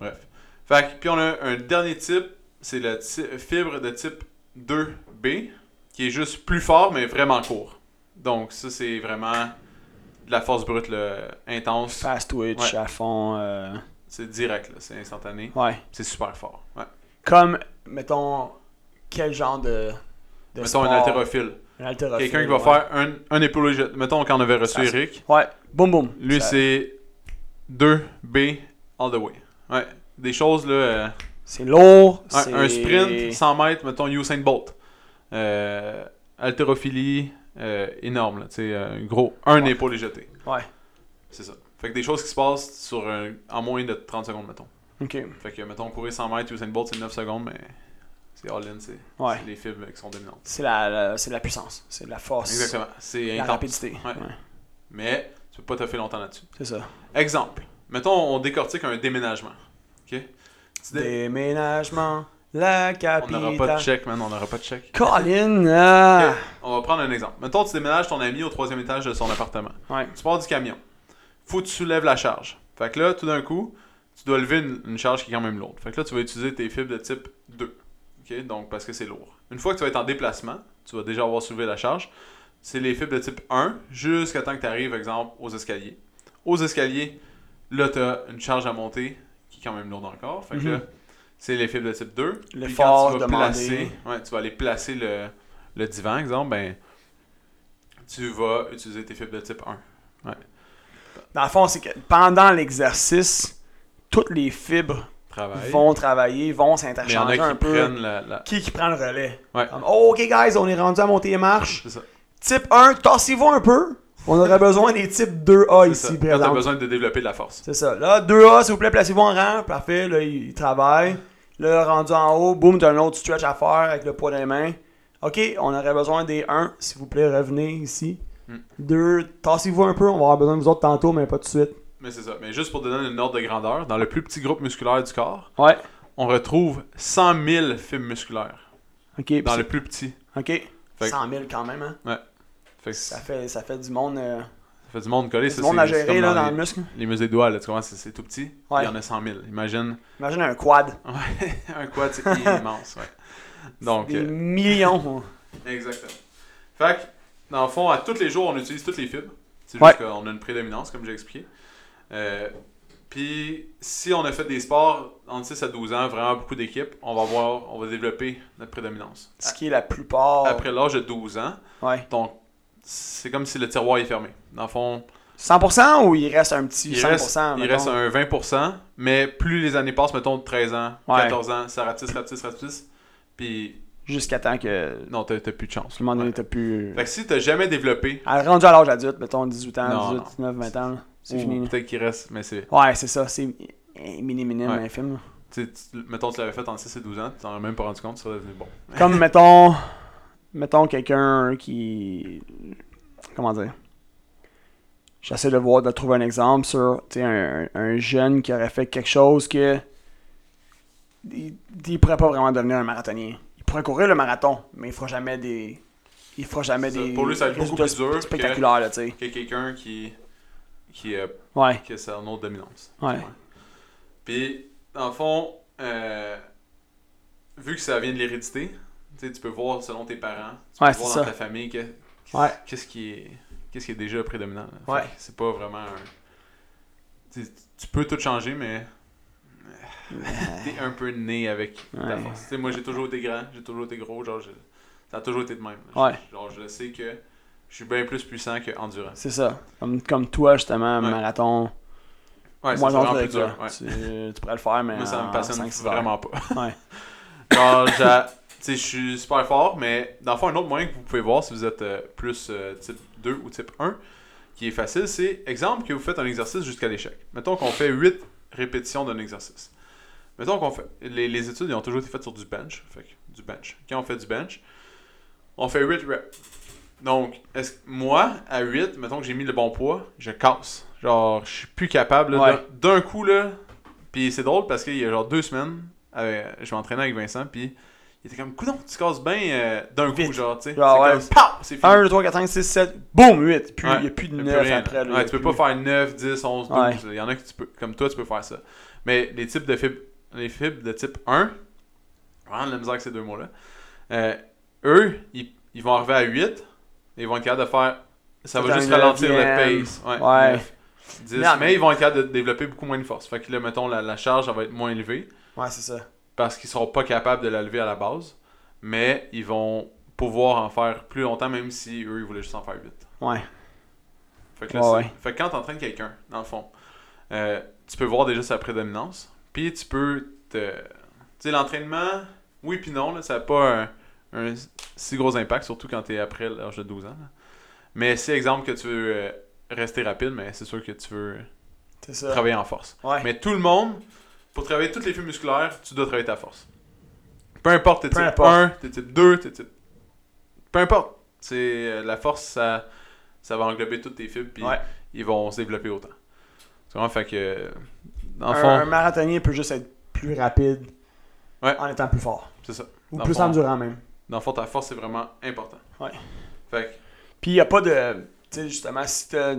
Speaker 1: Bref. Fait que, puis on a un dernier type, c'est la ti- fibre de type 2B, qui est juste plus fort, mais vraiment court. Donc ça, c'est vraiment de la force brute, là, intense.
Speaker 2: Fast twitch
Speaker 1: Ouais.
Speaker 2: à fond. euh,
Speaker 1: C'est direct, là, c'est instantané.
Speaker 2: Ouais.
Speaker 1: C'est super fort. Ouais.
Speaker 2: Comme, mettons, quel genre de. de
Speaker 1: Mettons
Speaker 2: sport?
Speaker 1: un haltérophile.
Speaker 2: Un haltérophile,
Speaker 1: Quelqu'un qui va
Speaker 2: ouais.
Speaker 1: faire un, un épaulé jet. Mettons qu'on avait reçu
Speaker 2: Ça, c'est-
Speaker 1: Eric.
Speaker 2: Ouais, boum boum.
Speaker 1: Lui,
Speaker 2: Ça-
Speaker 1: c'est 2B all the way. Ouais. Des choses, là. euh,
Speaker 2: C'est lourd.
Speaker 1: un,
Speaker 2: c'est-
Speaker 1: un sprint, 100 mètres, mettons Usain Bolt. Euh, haltérophilie, euh, énorme, là. Tu sais, euh, gros. Un
Speaker 2: Ouais.
Speaker 1: épaulé jeté.
Speaker 2: Ouais,
Speaker 1: C'est ça. Fait que des choses qui se passent sur un- en moins de 30 secondes, mettons.
Speaker 2: ok.
Speaker 1: Fait que, mettons, courir 100 mètres, Usain Bolt, c'est 9 secondes, mais c'est all-in, c'est
Speaker 2: Ouais.
Speaker 1: c'est les fibres qui sont dominantes.
Speaker 2: C'est la, la- c'est de la puissance, c'est de la force.
Speaker 1: Exactement. C'est
Speaker 2: La
Speaker 1: intense.
Speaker 2: rapidité.
Speaker 1: Ouais.
Speaker 2: Ouais,
Speaker 1: Mais tu peux pas te faire longtemps là-dessus.
Speaker 2: c'est ça.
Speaker 1: Exemple. Mettons, on décortique un déménagement. OK? Tu dé-
Speaker 2: Déménagement, la
Speaker 1: On
Speaker 2: capitale.
Speaker 1: n'aura pas de chèque, man. On n'aura pas de chèque.
Speaker 2: Colin! ah!
Speaker 1: Ok, On va prendre un exemple. Mettons, tu déménages ton ami au troisième étage de son appartement.
Speaker 2: Ouais.
Speaker 1: Tu pars du camion. Faut que tu soulèves la charge. Fait que là, tout d'un coup, tu dois lever une, une charge qui est quand même lourde. Fait que là, tu vas utiliser tes fibres de type 2. OK? Donc, parce que c'est lourd. Une fois que tu vas être en déplacement, tu vas déjà avoir soulevé la charge. C'est les fibres de type 1 jusqu'à temps que tu arrives, exemple, aux escaliers. Aux escaliers, là, tu as une charge à monter qui est quand même lourde encore. Fait que
Speaker 2: Mhm.
Speaker 1: là, c'est les fibres de type 2. Puis
Speaker 2: L'effort
Speaker 1: quand tu vas
Speaker 2: demandé.
Speaker 1: placer, ouais, tu vas aller placer le, le divan, exemple, ben tu vas utiliser tes fibres de type 1.
Speaker 2: Dans le fond, c'est que pendant l'exercice, toutes les fibres
Speaker 1: Travail.
Speaker 2: vont travailler, vont
Speaker 1: Mais il y en
Speaker 2: s'interchanger
Speaker 1: a
Speaker 2: un
Speaker 1: qui
Speaker 2: peu.
Speaker 1: prennent la, la-
Speaker 2: Qui qui prend le relais?
Speaker 1: Ouais.
Speaker 2: Comme, oh, OK, guys, on est rendu à monter les marches.
Speaker 1: C'est ça.
Speaker 2: Type 1, tassez-vous un peu. On aurait besoin des types
Speaker 1: C'est
Speaker 2: 2A ici,
Speaker 1: ça. Quand t'as
Speaker 2: présents.
Speaker 1: besoin de développer de la force.
Speaker 2: C'est ça. Là, 2A, s'il vous plaît, placez-vous en rang. Parfait, là, il il travaille. Là, rendu en haut, boum, t'as un autre stretch à faire avec le poids des mains. OK, on aurait besoin des 1, s'il vous plaît, revenez ici.
Speaker 1: Mm.
Speaker 2: 2, tassez-vous un peu, on va avoir besoin de vous autres tantôt, mais pas tout de suite.
Speaker 1: Mais c'est ça. Mais juste pour donner une ordre de grandeur, dans le plus petit groupe musculaire du corps,
Speaker 2: Ouais.
Speaker 1: on retrouve 100 000 fibres musculaires
Speaker 2: OK,
Speaker 1: dans
Speaker 2: puis
Speaker 1: le plus petit.
Speaker 2: c'est- OK.
Speaker 1: Fait que-
Speaker 2: 100 000 quand même, hein.
Speaker 1: Fait que
Speaker 2: Ça
Speaker 1: ça
Speaker 2: fait, ça fait du monde, euh,
Speaker 1: fait du monde collé.
Speaker 2: du
Speaker 1: Ça,
Speaker 2: monde
Speaker 1: c'est-
Speaker 2: à
Speaker 1: c'est
Speaker 2: gérer
Speaker 1: comme
Speaker 2: là, dans
Speaker 1: les,
Speaker 2: le muscle.
Speaker 1: les muscles des doigts, là, tu comprends, c'est- c'est tout petit. puis Il
Speaker 2: Ouais.
Speaker 1: y en a 100 000. Imagine
Speaker 2: Imagine un quad.
Speaker 1: ouais, un quad, c'est immense. Ouais. Donc,
Speaker 2: Des
Speaker 1: euh,
Speaker 2: millions.
Speaker 1: exactement. Fait que, dans le fond, à tous les jours, on utilise toutes les fibres. C'est
Speaker 2: Ouais.
Speaker 1: juste qu'on a une prédominance, comme j'ai expliqué. Euh, Puis, si on a fait des sports entre 6 à 12 ans, vraiment beaucoup d'équipes, on va voir, on va développer notre prédominance.
Speaker 2: Ce qui est la plupart.
Speaker 1: Après l'âge de 12 ans,
Speaker 2: Ouais.
Speaker 1: Donc, c'est comme si le tiroir est fermé. Dans le fond,
Speaker 2: 100% ou il reste un petit
Speaker 1: il,
Speaker 2: 5%?
Speaker 1: reste, il
Speaker 2: mettons?
Speaker 1: reste un 20%, mais plus les années passent, mettons 13 ans,
Speaker 2: Ouais.
Speaker 1: 14 ans, ça ratisse, ratisse, ratisse, puis
Speaker 2: Jusqu'à temps que.
Speaker 1: non, t'as t'as plus de chance.
Speaker 2: Tout le monde
Speaker 1: Ouais.
Speaker 2: n'était plus.
Speaker 1: Fait que si t'as jamais développé,
Speaker 2: Ah, rendu à l'âge adulte, mettons 18 ans,
Speaker 1: Non,
Speaker 2: 18, 19, 20 ans, là, c'est
Speaker 1: ou
Speaker 2: fini. là.
Speaker 1: peut-être qu'il reste, mais c'est,
Speaker 2: Ouais, c'est ça, c'est mini minime
Speaker 1: Ouais.
Speaker 2: infime.
Speaker 1: tu sais, tu- mettons tu l'avais fait en 6 et 12 ans, tu t'en as même pas rendu compte, tu serais devenu bon.
Speaker 2: Comme mettons mettons quelqu'un qui comment dire J'essaie de voir de trouver un exemple sur tu sais, un, un jeune qui aurait fait quelque chose que il, il pourrait pas vraiment devenir un marathonien. Il pourrait courir le marathon, mais il fera jamais des il fera jamais
Speaker 1: Ça,
Speaker 2: des
Speaker 1: pour lui, ça va être beaucoup
Speaker 2: résultats
Speaker 1: plus dur que-
Speaker 2: spectaculaires là, tu sais.
Speaker 1: Que quelqu'un qui, qui, euh,
Speaker 2: Ouais,
Speaker 1: qui a sa autre dominance.
Speaker 2: ouais.
Speaker 1: Puis, dans le fond, euh, vu que ça vient de l'hérédité, tu sais, tu peux voir selon tes parents, tu peux
Speaker 2: Ouais,
Speaker 1: voir
Speaker 2: c'est
Speaker 1: dans
Speaker 2: ça.
Speaker 1: ta famille que- qu'est-ce
Speaker 2: Ouais.
Speaker 1: qu'est-ce qui, est, qu'est-ce qui est déjà prédominant. là. Fait
Speaker 2: Ouais.
Speaker 1: que C'est pas vraiment un... Tu, sais, tu peux tout changer, mais t'es un peu né avec ta
Speaker 2: Ouais.
Speaker 1: force. Tu sais, moi, j'ai toujours été grand, j'ai toujours été gros, genre, je- ça a toujours été de même. là.
Speaker 2: Ouais.
Speaker 1: Genre, je sais que je suis bien plus puissant que endurant.
Speaker 2: C'est ça. Comme, comme toi justement,
Speaker 1: Ouais.
Speaker 2: marathon.
Speaker 1: Ouais,
Speaker 2: Moi,
Speaker 1: c'est vraiment
Speaker 2: j'en
Speaker 1: plus
Speaker 2: fais
Speaker 1: dur. ouais.
Speaker 2: Tu, tu pourrais le faire, mais.
Speaker 1: Moi, ça
Speaker 2: en
Speaker 1: me passionne
Speaker 2: 5-6 heures.
Speaker 1: vraiment pas.
Speaker 2: Ouais.
Speaker 1: Genre, j'a- tu sais, je suis super fort, mais dans le fond, un autre moyen que vous pouvez voir si vous êtes euh, plus euh, type 2 ou type 1, qui est facile, c'est exemple que vous faites un exercice jusqu'à l'échec. Mettons qu'on fait 8 répétitions d'un exercice. Mettons qu'on fait. Les, les études ils ont toujours été faites sur du bench. Fait que, du bench. Quand on fait du bench, on fait 8 reps. Donc, est-ce que moi, à 8, mettons que j'ai mis le bon poids, je casse. Genre, je suis plus capable. là,
Speaker 2: Ouais.
Speaker 1: D'un d'un coup, là. Puis c'est drôle parce qu'il y a genre deux semaines, euh, je m'entraînais avec Vincent, puis il était comme, coudon, tu casses bien euh, d'un coup,
Speaker 2: Vite.
Speaker 1: genre, tu sais.
Speaker 2: Genre,
Speaker 1: C'est
Speaker 2: ouais.
Speaker 1: comme, Pow! c'est fini.
Speaker 2: 1, 2, 3, 4, 5, 6, 7, boum, 8. Puis il
Speaker 1: Ouais,
Speaker 2: n'y a plus de
Speaker 1: T'as
Speaker 2: 9
Speaker 1: plus rien.
Speaker 2: après. là,
Speaker 1: Ouais,
Speaker 2: y a
Speaker 1: tu peux
Speaker 2: plus-
Speaker 1: pas faire 9, 10, 11, 12.
Speaker 2: Ouais.
Speaker 1: Il y en a que tu peux, comme toi, tu peux faire ça. Mais les types de fibres, les fibres de type 1, vraiment de la misère avec ces deux mots-là, euh, eux, ils, ils vont arriver à 8, ils vont être capables de faire. Ça
Speaker 2: Dans
Speaker 1: va juste
Speaker 2: le
Speaker 1: ralentir le
Speaker 2: neuvième.
Speaker 1: pace. Ouais.
Speaker 2: Ouais.
Speaker 1: neuf, dix,
Speaker 2: Non,
Speaker 1: mais...
Speaker 2: mais-
Speaker 1: ils vont être capables de développer beaucoup moins de force. Fait que là, mettons, la, la charge, elle va être moins élevée
Speaker 2: Ouais, c'est ça.
Speaker 1: parce qu'ils seront pas capables de la lever à la base, mais ils vont pouvoir en faire plus longtemps, même si eux, ils voulaient juste en faire 8.
Speaker 2: Ouais.
Speaker 1: Fait que, là,
Speaker 2: Ouais,
Speaker 1: c'est-
Speaker 2: ouais.
Speaker 1: fait que quand t'entraînes quelqu'un, dans le fond, euh, tu peux voir déjà sa prédominance, puis tu peux te... Tu sais, l'entraînement, oui puis non, là, ça n'a pas un, un si gros impact, surtout quand t'es après l'âge de 12 ans. là. Mais si, exemple, que tu veux euh, rester rapide, mais c'est sûr que tu veux
Speaker 2: C'est ça.
Speaker 1: travailler en force.
Speaker 2: Ouais.
Speaker 1: Mais tout le monde, pour travailler toutes les fibres musculaires, tu dois travailler ta force. Peu importe, t'es
Speaker 2: Peu
Speaker 1: type
Speaker 2: importe.
Speaker 1: 1, t'es type 2, t'es type... Peu importe. C'est, euh, la force, ça, ça va englober toutes tes fibres, puis
Speaker 2: Ouais.
Speaker 1: ils vont se développer autant. C'est vraiment fait que... euh, Dans
Speaker 2: Un,
Speaker 1: le fond,
Speaker 2: un marathonnier peut juste être plus rapide
Speaker 1: Ouais.
Speaker 2: en étant plus fort.
Speaker 1: c'est ça.
Speaker 2: Ou
Speaker 1: Dans le
Speaker 2: plus
Speaker 1: fond.
Speaker 2: endurant même.
Speaker 1: Dans le fond, ta force, c'est vraiment important.
Speaker 2: Ouais.
Speaker 1: Fait que,
Speaker 2: Puis il n'y a pas de. Tu sais, justement, si, t'as-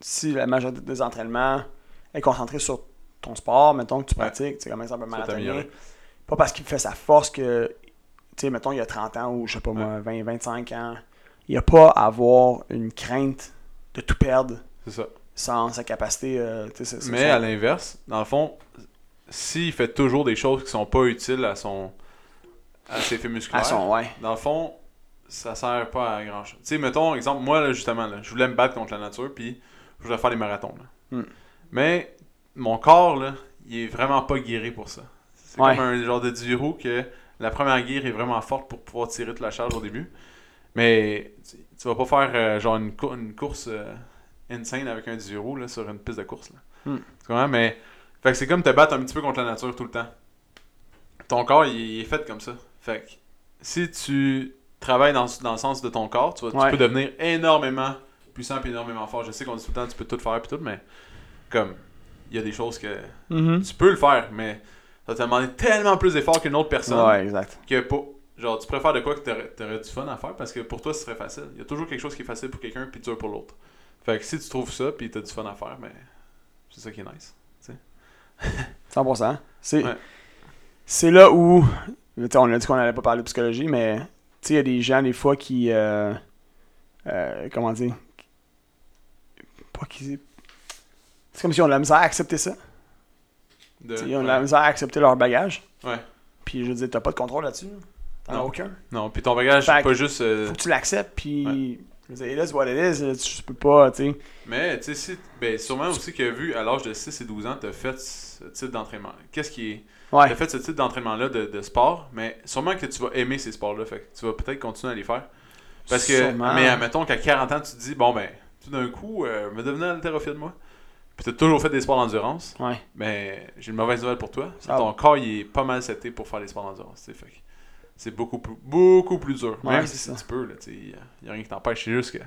Speaker 2: si la majorité des entraînements est concentrée sur ton sport, mettons que tu
Speaker 1: Ouais.
Speaker 2: pratiques, tu sais, comme exemple
Speaker 1: Ça
Speaker 2: un marathonien,
Speaker 1: t'améliorer.
Speaker 2: pas parce qu'il fait sa force que, tu sais, mettons, il y a 30 ans ou je sais pas moi, 20, 25 ans, il n'y a pas à avoir une crainte de tout perdre
Speaker 1: c'est ça.
Speaker 2: sans sa capacité. euh, tu sais, c'est- c'est-
Speaker 1: Mais à l'inverse, dans le fond, s'il fait toujours des choses qui sont pas utiles à son à ses faits musculaires,
Speaker 2: À son, ouais.
Speaker 1: dans le fond, ça sert pas à grand chose. Tu sais, mettons, exemple, moi, là, justement, là, je voulais me battre contre la nature, puis je voulais faire des marathons. là.
Speaker 2: Hmm.
Speaker 1: Mais mon corps, là, il est vraiment pas guéri pour ça. C'est
Speaker 2: Ouais.
Speaker 1: comme un genre de duro que la première guerre est vraiment forte pour pouvoir tirer toute la charge au début. Mais tu, tu vas pas faire euh, genre une, cour- une course euh, insane avec un duro là, sur une piste de course. Là.
Speaker 2: Hmm.
Speaker 1: Tu comprends? Mais fait que c'est comme te battre un petit peu contre la nature tout le temps. Ton corps, il, il est fait comme ça. Fait que si tu travailles dans, dans le sens de ton corps, tu, vas- tu
Speaker 2: Ouais.
Speaker 1: peux devenir énormément puissant et énormément fort. Je sais qu'on dit tout le temps, tu peux tout faire puis tout, mais comme il y a des choses que
Speaker 2: Mhm.
Speaker 1: tu peux le faire, mais ça te demande tellement plus d'efforts qu'une autre personne
Speaker 2: Ouais, exact.
Speaker 1: que pour. Genre, tu préfères de quoi que t'aurais, t'aurais du fun à faire parce que pour toi, ce serait facile. Il y a toujours quelque chose qui est facile pour quelqu'un puis dur pour l'autre. Fait que si tu trouves ça puis t'as du fun à faire, mais c'est ça qui est nice.
Speaker 2: 100%. C'est
Speaker 1: Ouais.
Speaker 2: c'est là où, tu sais, on a dit qu'on n'allait pas parler de psychologie, mais tu sais, il y a des gens, des fois, qui, euh, euh, comment dire, pas qui- c'est comme si on a de la misère à accepter ça.
Speaker 1: De-
Speaker 2: Tu sais, Ils ont de la
Speaker 1: ouais.
Speaker 2: misère à accepter leur bagage.
Speaker 1: Ouais.
Speaker 2: Puis je veux dire, t'as pas de contrôle là-dessus. là. T'en as
Speaker 1: Non.
Speaker 2: aucun.
Speaker 1: Non, puis ton bagage, c'est
Speaker 2: Fait que-
Speaker 1: pas juste. euh,
Speaker 2: Faut que tu l'acceptes, puis.
Speaker 1: Ouais.
Speaker 2: Je veux dire, it is what it is. là, Tu tu peux pas, tu sais.
Speaker 1: Mais, tu sais, si- ben, sûrement aussi que vu à l'âge de 6 et 12 ans, t'as fait ce type d'entraînement. Qu'est-ce qui est.
Speaker 2: Ouais.
Speaker 1: T'as fait ce type d'entraînement-là de, de sport, mais sûrement que tu vas aimer ces sports-là. Fait que tu vas peut-être continuer à les faire. Parce que,
Speaker 2: Sûrement.
Speaker 1: mais admettons qu'à 40 ans, tu te dis, bon ben, tout d'un coup, euh, je me devenais haltérophile, moi. Puis t'as toujours fait des sports d'endurance.
Speaker 2: Ouais.
Speaker 1: Mais j'ai une mauvaise nouvelle pour toi. c'est que
Speaker 2: Ah.
Speaker 1: Ton corps, il est pas mal seté pour faire des sports d'endurance. tu sais, fait que C'est beaucoup plus, beaucoup plus dur.
Speaker 2: Ouais,
Speaker 1: Même
Speaker 2: c'est
Speaker 1: si c'est
Speaker 2: ça.
Speaker 1: un petit peu, il n'y a rien qui t'empêche. C'est juste que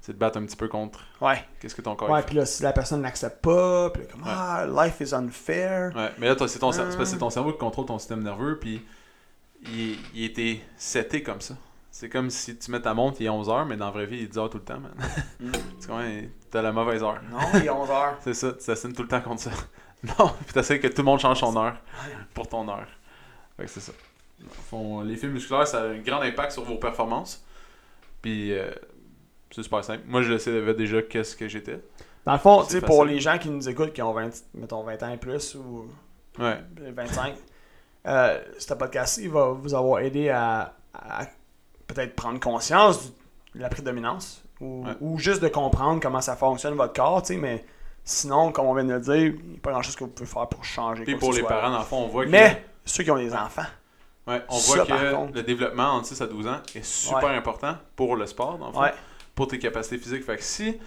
Speaker 1: c'est de battre un petit peu contre
Speaker 2: Ouais.
Speaker 1: qu'est-ce que ton corps
Speaker 2: Ouais,
Speaker 1: il fait.
Speaker 2: puis là, si la personne n'accepte pas, puis là, comme,
Speaker 1: Ouais.
Speaker 2: ah, life is unfair.
Speaker 1: Ouais, mais là, toi, c'est ton, cer-
Speaker 2: Euh.
Speaker 1: c'est parce que c'est ton cerveau qui contrôle ton système nerveux, puis il, il était seté comme ça. C'est comme si tu mets ta montre, il est 11h, mais dans la vraie vie, il est 10h tout le temps, man.
Speaker 2: Mm.
Speaker 1: tu comprends? T'as la mauvaise heure.
Speaker 2: Non, il est 11h.
Speaker 1: C'est ça, tu t'assines tout le temps contre ça. Non, puis t'essayes que tout le monde change son heure pour ton heure. Fait que c'est ça. Dans le fond, les films musculaires, ça a un grand impact sur vos performances. Puis euh, c'est super simple. Moi, je le savais déjà qu'est-ce que j'étais.
Speaker 2: Dans le fond,
Speaker 1: C'est
Speaker 2: tu sais, pour
Speaker 1: facile.
Speaker 2: les gens qui nous écoutent, qui ont 20, mettons 20 ans et plus, ou
Speaker 1: Ouais,
Speaker 2: 25, euh, ce podcast-ci va vous avoir aidé à, à peut-être prendre conscience du- de la prédominance, ou,
Speaker 1: Ouais.
Speaker 2: ou juste de comprendre comment ça fonctionne votre corps, tu sais, mais sinon, comme on vient de le dire, il n'y a pas grand-chose que vous pouvez faire pour changer.
Speaker 1: Puis
Speaker 2: quoi que
Speaker 1: pour
Speaker 2: ce
Speaker 1: les
Speaker 2: soit.
Speaker 1: parents, dans le fond, on voit que.
Speaker 2: Mais ceux qui ont des enfants,
Speaker 1: Ouais, on
Speaker 2: Ça,
Speaker 1: voit
Speaker 2: par
Speaker 1: que
Speaker 2: contre.
Speaker 1: le développement entre 6 à 12 ans est super
Speaker 2: Ouais.
Speaker 1: important pour le sport, dans le fond,
Speaker 2: ouais,
Speaker 1: pour tes capacités physiques. Fait que si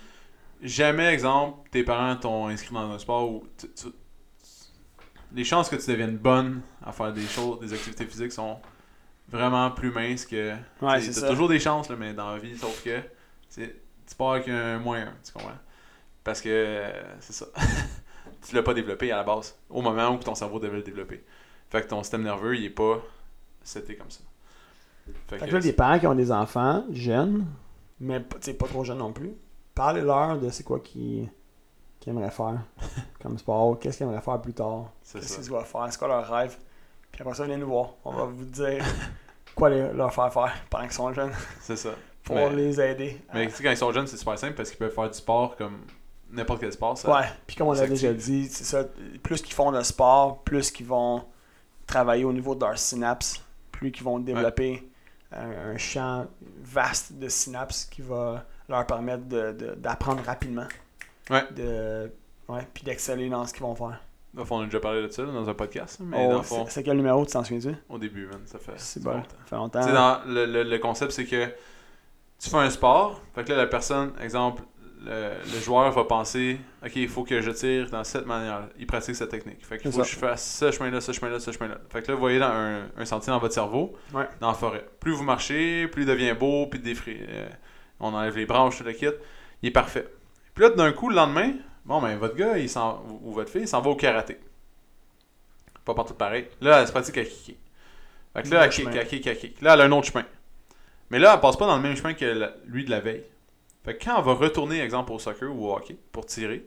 Speaker 1: jamais, exemple, tes parents t'ont inscrit dans un sport où tu- tu- les chances que tu deviennes bonne à faire des choses, des activités physiques sont vraiment plus minces que.
Speaker 2: Ouais,
Speaker 1: tu sais,
Speaker 2: c'est
Speaker 1: T'as
Speaker 2: ça.
Speaker 1: toujours des chances, là, mais dans la vie, sauf que c'est- tu pars avec un moyen, tu comprends? Parce que euh, c'est ça. tu l'as pas développé à la base, au moment où ton cerveau devait le développer. Fait que ton système nerveux, il est pas seté comme ça. Fait
Speaker 2: Fait
Speaker 1: que
Speaker 2: que là, les parents qui ont des enfants jeunes, mais p- tu sais, pas trop jeunes non plus, parlez-leur de c'est quoi qu'ils qu'ils aimeraient faire comme sport, qu'est-ce qu'ils aimeraient faire plus tard,
Speaker 1: c'est
Speaker 2: qu'est-ce
Speaker 1: ça.
Speaker 2: qu'ils doivent faire, c'est quoi leur rêve. Puis après ça, venez nous voir. On va vous dire quoi les- leur faire faire pendant qu'ils sont jeunes
Speaker 1: C'est ça.
Speaker 2: pour
Speaker 1: Mais-
Speaker 2: les aider. à-
Speaker 1: Mais tu sais, quand ils sont jeunes, c'est super simple parce qu'ils peuvent faire du sport comme n'importe quel sport. Ça...
Speaker 2: ouais, puis comme on l'a
Speaker 1: s'active.
Speaker 2: déjà dit, c'est ça, plus qu'ils font de sport, plus qu'ils vont travailler au niveau de leurs synapses, plus qu'ils vont développer un, un champ vaste de synapses qui va leur permettre de- de- d'apprendre rapidement.
Speaker 1: Ouais.
Speaker 2: De, ouais, puis d'exceller dans ce qu'ils vont faire.
Speaker 1: Dans le fond, on a déjà parlé de ça là, dans un podcast, mais
Speaker 2: Oh,
Speaker 1: dans le fond,
Speaker 2: c'est c'est quel numéro, tu t'en souviens-tu?
Speaker 1: au début, man, ça fait.
Speaker 2: C'est
Speaker 1: ça
Speaker 2: bon,
Speaker 1: fait longtemps.
Speaker 2: ça fait longtemps.
Speaker 1: Tu sais, dans le, le- le concept, c'est que tu fais un sport, fait que là, la personne, exemple, le, le joueur va penser Ok, il faut que je tire dans cette manière. Il pratique cette technique. Fait qu'il
Speaker 2: C'est
Speaker 1: faut que
Speaker 2: ça.
Speaker 1: je fasse ce chemin-là, ce chemin-là, ce chemin-là. Fait que là, vous voyez dans un, un sentier dans votre cerveau,
Speaker 2: Ouais.
Speaker 1: dans la forêt. Plus vous marchez, plus il devient beau, puis des fri- euh, on enlève les branches, tout le kit. Il est parfait. Puis là, d'un coup, le lendemain, bon, ben, votre gars il s'en, ou- ou votre fille, il s'en va au karaté. Pas partout pareil. Là, elle se pratique à kicker. Fait que là,
Speaker 2: Un
Speaker 1: elle
Speaker 2: autre
Speaker 1: kick,
Speaker 2: chemin.
Speaker 1: elle kick, elle kick. Là, elle a un autre chemin. Mais là, elle passe pas dans le même chemin que la- lui de la veille. Fait que quand elle va retourner, exemple, au soccer ou au hockey pour tirer,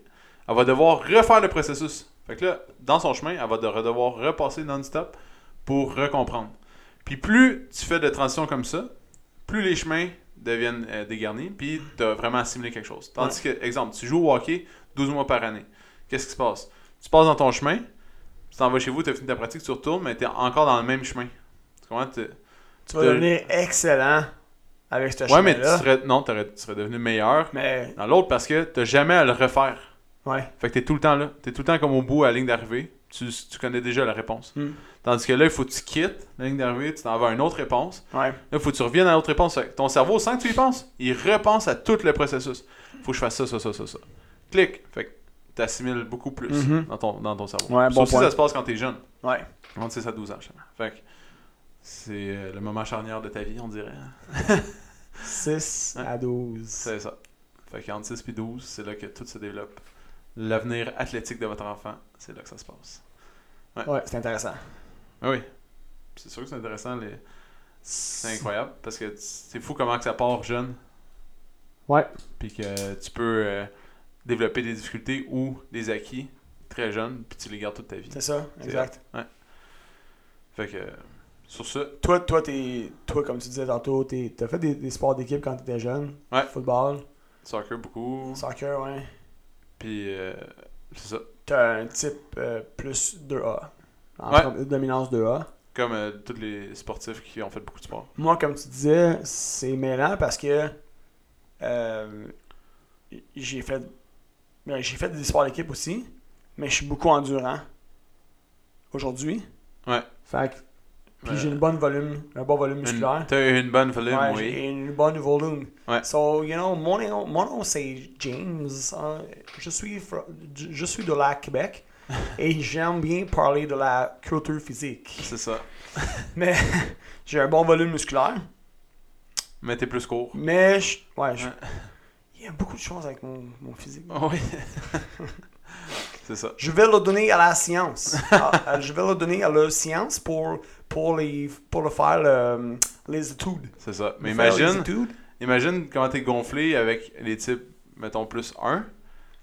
Speaker 1: elle va devoir refaire le processus. Fait que là, dans son chemin, elle va de- devoir repasser non-stop pour recomprendre. Puis plus tu fais de transitions comme ça, plus les chemins deviennent euh, dégarnis, puis tu as vraiment assimilé quelque chose. Tandis que, exemple, tu joues au hockey 12 mois par année. Qu'est-ce qui se passe? Tu passes dans ton chemin, tu t'en vas chez vous, tu as fini ta pratique, tu retournes, mais tu es encore dans le même chemin. Tu comprends? T'es-
Speaker 2: Tu vas
Speaker 1: de-
Speaker 2: devenir excellent avec ce
Speaker 1: Ouais, mais tu
Speaker 2: chemin-là.
Speaker 1: serais, non, t'aurais- tu serais devenu meilleur
Speaker 2: Mais,
Speaker 1: dans l'autre parce que tu jamais à le refaire.
Speaker 2: ouais.
Speaker 1: Fait que t'es tout le temps là. T'es tout le temps comme au bout à la ligne d'arrivée. Tu, tu connais déjà la réponse.
Speaker 2: Hmm.
Speaker 1: Tandis que là, il faut que tu quittes la ligne d'arrivée, tu t'en vas à une autre réponse.
Speaker 2: Ouais.
Speaker 1: Là, il faut que tu reviennes à l'autre réponse. Fait que ton cerveau, sans que tu y penses, il repense à tout le processus. Faut que je fasse ça, ça, ça, ça, ça. Clic. Fait que t'assimiles beaucoup plus
Speaker 2: Mhm.
Speaker 1: dans, ton, dans ton cerveau.
Speaker 2: Ouais, bon
Speaker 1: Sauf si
Speaker 2: point.
Speaker 1: ça se passe quand t'es jeune.
Speaker 2: Ouais.
Speaker 1: Entre 6 à 12 ans, justement. Fait que c'est euh, le moment charnière de ta vie, on dirait.
Speaker 2: 6
Speaker 1: Ouais.
Speaker 2: à 12.
Speaker 1: C'est ça. Fait qu'entre 6 et 12, c'est là que tout se développe. L'avenir athlétique de votre enfant, c'est là que ça se passe.
Speaker 2: Ouais, c'est intéressant.
Speaker 1: Ah oui. Puis C'est sûr que c'est intéressant. Les... C'est incroyable parce que t- c'est fou comment que ça part jeune.
Speaker 2: Ouais.
Speaker 1: Puis que tu peux euh, développer des difficultés ou des acquis très jeune, puis tu les gardes toute ta vie.
Speaker 2: C'est ça,
Speaker 1: C'est
Speaker 2: exact.
Speaker 1: Fait que euh, sur ce,
Speaker 2: Toi, toi, t'es, toi, comme tu disais tantôt, t'es- t'as fait des, des sports d'équipe quand t'étais jeune.
Speaker 1: Ouais.
Speaker 2: Football,
Speaker 1: soccer beaucoup.
Speaker 2: soccer, ouais.
Speaker 1: Puis euh, c'est ça.
Speaker 2: T'as un type euh, plus 2A. En
Speaker 1: Ouais.
Speaker 2: termes de dominance 2A.
Speaker 1: Comme euh, tous les sportifs qui ont fait beaucoup de sport.
Speaker 2: Moi, comme tu disais, c'est mêlant parce que euh, j'ai fait ben, j'ai fait des sports d'équipe aussi, mais je suis beaucoup endurant aujourd'hui.
Speaker 1: Ouais.
Speaker 2: Fait que- puis
Speaker 1: Euh,
Speaker 2: j'ai une bonne volume, un bon volume
Speaker 1: une-
Speaker 2: musculaire.
Speaker 1: T'as une bonne volume,
Speaker 2: Ouais,
Speaker 1: oui.
Speaker 2: j'ai une bonne volume.
Speaker 1: Ouais.
Speaker 2: So, you know, mon nom, mon nom, c'est James. hein. Je suis, fro- je je suis de la Québec et j'aime bien parler de la culture physique.
Speaker 1: C'est ça.
Speaker 2: Mais j'ai un bon volume musculaire.
Speaker 1: Mais t'es plus court.
Speaker 2: Mais je- ouais, je-
Speaker 1: Ouais.
Speaker 2: il y a beaucoup de choses avec mon, mon physique.
Speaker 1: Oui. c'est ça.
Speaker 2: Je vais le donner à la science. Ah, euh, je vais le donner à la science pour, pour, les, pour le faire euh, les études.
Speaker 1: C'est ça. Mais
Speaker 2: Faire les
Speaker 1: imagine.
Speaker 2: études.
Speaker 1: Imagine comment t'es gonflé avec les types, mettons, plus 1.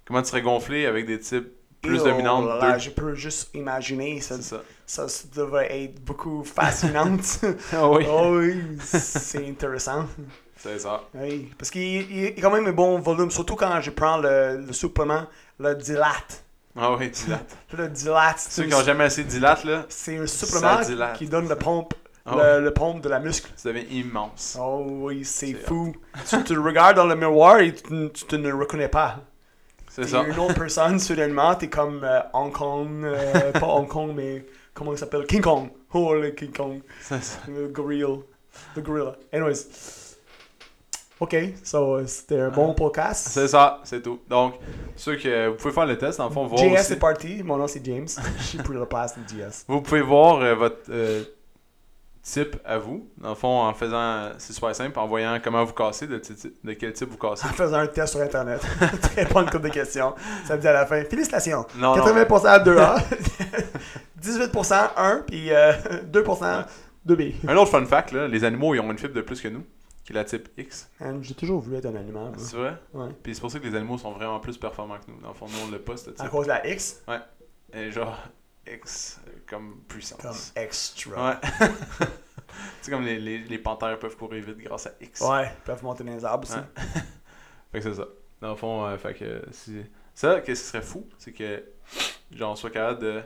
Speaker 1: Comment tu serais gonflé avec des types plus
Speaker 2: Et oh
Speaker 1: dominants,
Speaker 2: là là,
Speaker 1: 2.
Speaker 2: Je peux juste imaginer. Ça,
Speaker 1: C'est ça.
Speaker 2: ça, ça devrait être beaucoup fascinant.
Speaker 1: Ah oui.
Speaker 2: Oh oui, c'est intéressant.
Speaker 1: C'est ça.
Speaker 2: Oui, parce qu'il il y a quand même un bon volume, surtout quand je prends le, le supplément, le dilate.
Speaker 1: Ah oui, dilate.
Speaker 2: Le dilate,
Speaker 1: Ceux
Speaker 2: c'est
Speaker 1: qui ont
Speaker 2: un,
Speaker 1: jamais assez de dilate, là,
Speaker 2: c'est un supplément
Speaker 1: Ça dilate.
Speaker 2: qui donne le pompe,
Speaker 1: Ah
Speaker 2: le, le pompe de la muscle.
Speaker 1: ça devient immense.
Speaker 2: Oh oui, c'est
Speaker 1: C'est
Speaker 2: fou. tu te regardes dans le miroir et tu, ne- tu te ne reconnais pas.
Speaker 1: C'est
Speaker 2: T'es
Speaker 1: ça.
Speaker 2: une autre personne, soudainement, t'es comme euh, Hong Kong, euh, pas Hong Kong, mais comment il s'appelle King Kong. Oh le King Kong.
Speaker 1: C'est ça.
Speaker 2: Le gorilla. The gorilla. Anyways. OK, so euh, c'était un bon podcast.
Speaker 1: C'est Ah. ça, c'est tout. Donc, ceux que vous pouvez faire le test, en fond, voir
Speaker 2: JS
Speaker 1: aussi-
Speaker 2: est parti. Mon nom c'est James. Je suis pour la place de JS.
Speaker 1: Vous pouvez voir euh, votre euh, type à vous. Dans le fond, en faisant, c'est super simple, en voyant comment vous cassez, de, ti- de quel type vous cassez.
Speaker 2: En faisant un test sur Internet. Très bonne couple de questions. Ça me dit à la fin. Félicitations.
Speaker 1: Oh Non, non.
Speaker 2: 80% à 2A. 18% 1, puis euh, 2% 2B.
Speaker 1: Un autre fun fact, là, les animaux, ils ont une fibre de plus que nous, qui est la type X.
Speaker 2: Man, J'ai toujours voulu être un animal. moi.
Speaker 1: C'est vrai?
Speaker 2: Ouais.
Speaker 1: Puis c'est pour ça que les animaux sont vraiment plus performants que nous. Dans le fond, nous, on l'a pas, ce type.
Speaker 2: À cause de la X,
Speaker 1: Et genre, X euh, comme puissance.
Speaker 2: comme extra.
Speaker 1: Ouais. c'est comme les, les, les panthères peuvent courir vite grâce à X.
Speaker 2: Ouais, ils peuvent monter dans les arbres aussi.
Speaker 1: Ouais. Fait que c'est ça. Dans le fond, euh, fait que euh, si... ça, qu'est-ce qui serait fou, c'est que genre, on soit capable de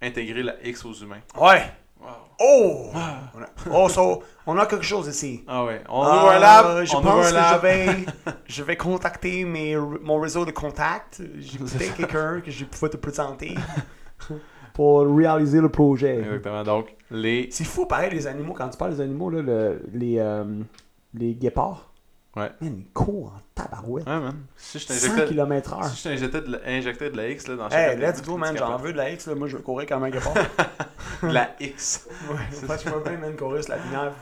Speaker 1: intégrer la X aux humains.
Speaker 2: Ouais.
Speaker 1: Wow.
Speaker 2: Oh! On a- Oh, so, on a quelque chose ici.
Speaker 1: Ah ouais, on
Speaker 2: Euh,
Speaker 1: ouvre un lab,
Speaker 2: Je
Speaker 1: on ouvre
Speaker 2: pense
Speaker 1: un lab.
Speaker 2: que je vais, je vais contacter mes, mon réseau de contacts. J'ai peut-être quelqu'un que je pouvais te présenter pour réaliser le projet.
Speaker 1: Exactement, donc les...
Speaker 2: C'est fou, pareil, les animaux. Quand tu parles des animaux, là, le- les, euh, les guépards,
Speaker 1: Ouais.
Speaker 2: man, ils courent en tabarouette.
Speaker 1: Ouais, man. Si je
Speaker 2: 100
Speaker 1: t'injectais
Speaker 2: km h
Speaker 1: si je t'injectais de, la- injectais de la X là, dans
Speaker 2: Ah. Hey,
Speaker 1: chaque...
Speaker 2: let's go, man. J'en veux de la X. là. Moi, je veux courir comme un guépard. ouais,
Speaker 1: De la X.
Speaker 2: je veux bien, man, courir sur la lumière.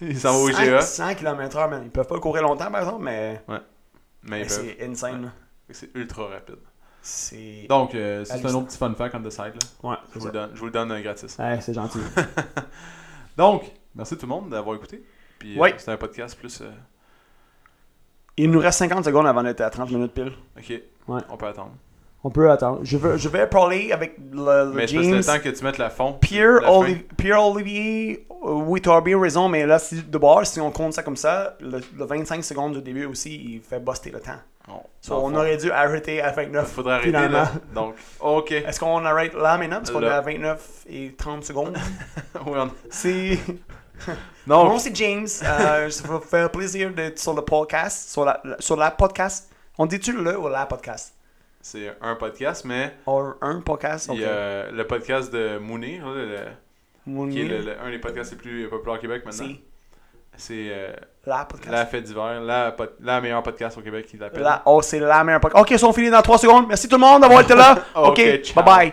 Speaker 1: Ils s'en vont au IGA.
Speaker 2: 100 km h man. Ils peuvent pas courir longtemps, par exemple, mais,
Speaker 1: Mais ils
Speaker 2: mais
Speaker 1: peuvent.
Speaker 2: c'est insane. là.
Speaker 1: Fait que C'est ultra rapide.
Speaker 2: C'est...
Speaker 1: Donc, euh, ça, c'est un
Speaker 2: Hallucinant.
Speaker 1: autre petit fun fact on the side. Là.
Speaker 2: Ouais,
Speaker 1: Je, vous le donne, je vous le donne euh, gratis.
Speaker 2: Ouais, c'est gentil.
Speaker 1: Donc, merci tout le monde d'avoir écouté. Puis, euh,
Speaker 2: Ouais.
Speaker 1: c'était un podcast plus. euh,
Speaker 2: Il nous reste 50 secondes avant d'être à 30 minutes pile.
Speaker 1: ok,
Speaker 2: Ouais.
Speaker 1: on peut attendre.
Speaker 2: On peut attendre. Je, veux, je vais parler avec le, le
Speaker 1: Mais c'est parce que
Speaker 2: James.
Speaker 1: le temps que tu mettes la fond.
Speaker 2: Pierre,
Speaker 1: la fin.
Speaker 2: Oli- Pierre Olivier, euh, oui, tu as bien raison, mais là, si- de bord, si on compte ça comme ça, le, le 25 secondes du début aussi, il fait buster le temps.
Speaker 1: On,
Speaker 2: So, on aurait dû arrêter à 29.
Speaker 1: Faudrait arrêter
Speaker 2: finalement.
Speaker 1: là. Donc, OK. oui,
Speaker 2: Est-ce qu'on arrête là maintenant parce qu'on est
Speaker 1: Là.
Speaker 2: à 29 et 30 secondes?
Speaker 1: on...
Speaker 2: C'est...
Speaker 1: Donc,
Speaker 2: Bon, c'est James. Euh, ça va faire plaisir d'être sur le podcast. Sur la, sur la podcast. On dit-tu le ou la podcast?
Speaker 1: c'est un podcast, mais
Speaker 2: Or un podcast? ok.
Speaker 1: il y a le podcast de Mounir, là, le-
Speaker 2: Mon
Speaker 1: qui est le-
Speaker 2: nid,
Speaker 1: le- un des podcasts les plus populaires au Québec maintenant.
Speaker 2: c'est
Speaker 1: C'est euh,
Speaker 2: la podcast.
Speaker 1: la fête d'hiver, la, pod- la meilleure podcast au Québec qui l'appelle.
Speaker 2: La- oh, c'est la meilleure podcast. Ok, ça, on finit dans 3 secondes. Merci tout le monde d'avoir été là.
Speaker 1: Ok,
Speaker 2: ok,
Speaker 1: ciao.
Speaker 2: bye bye.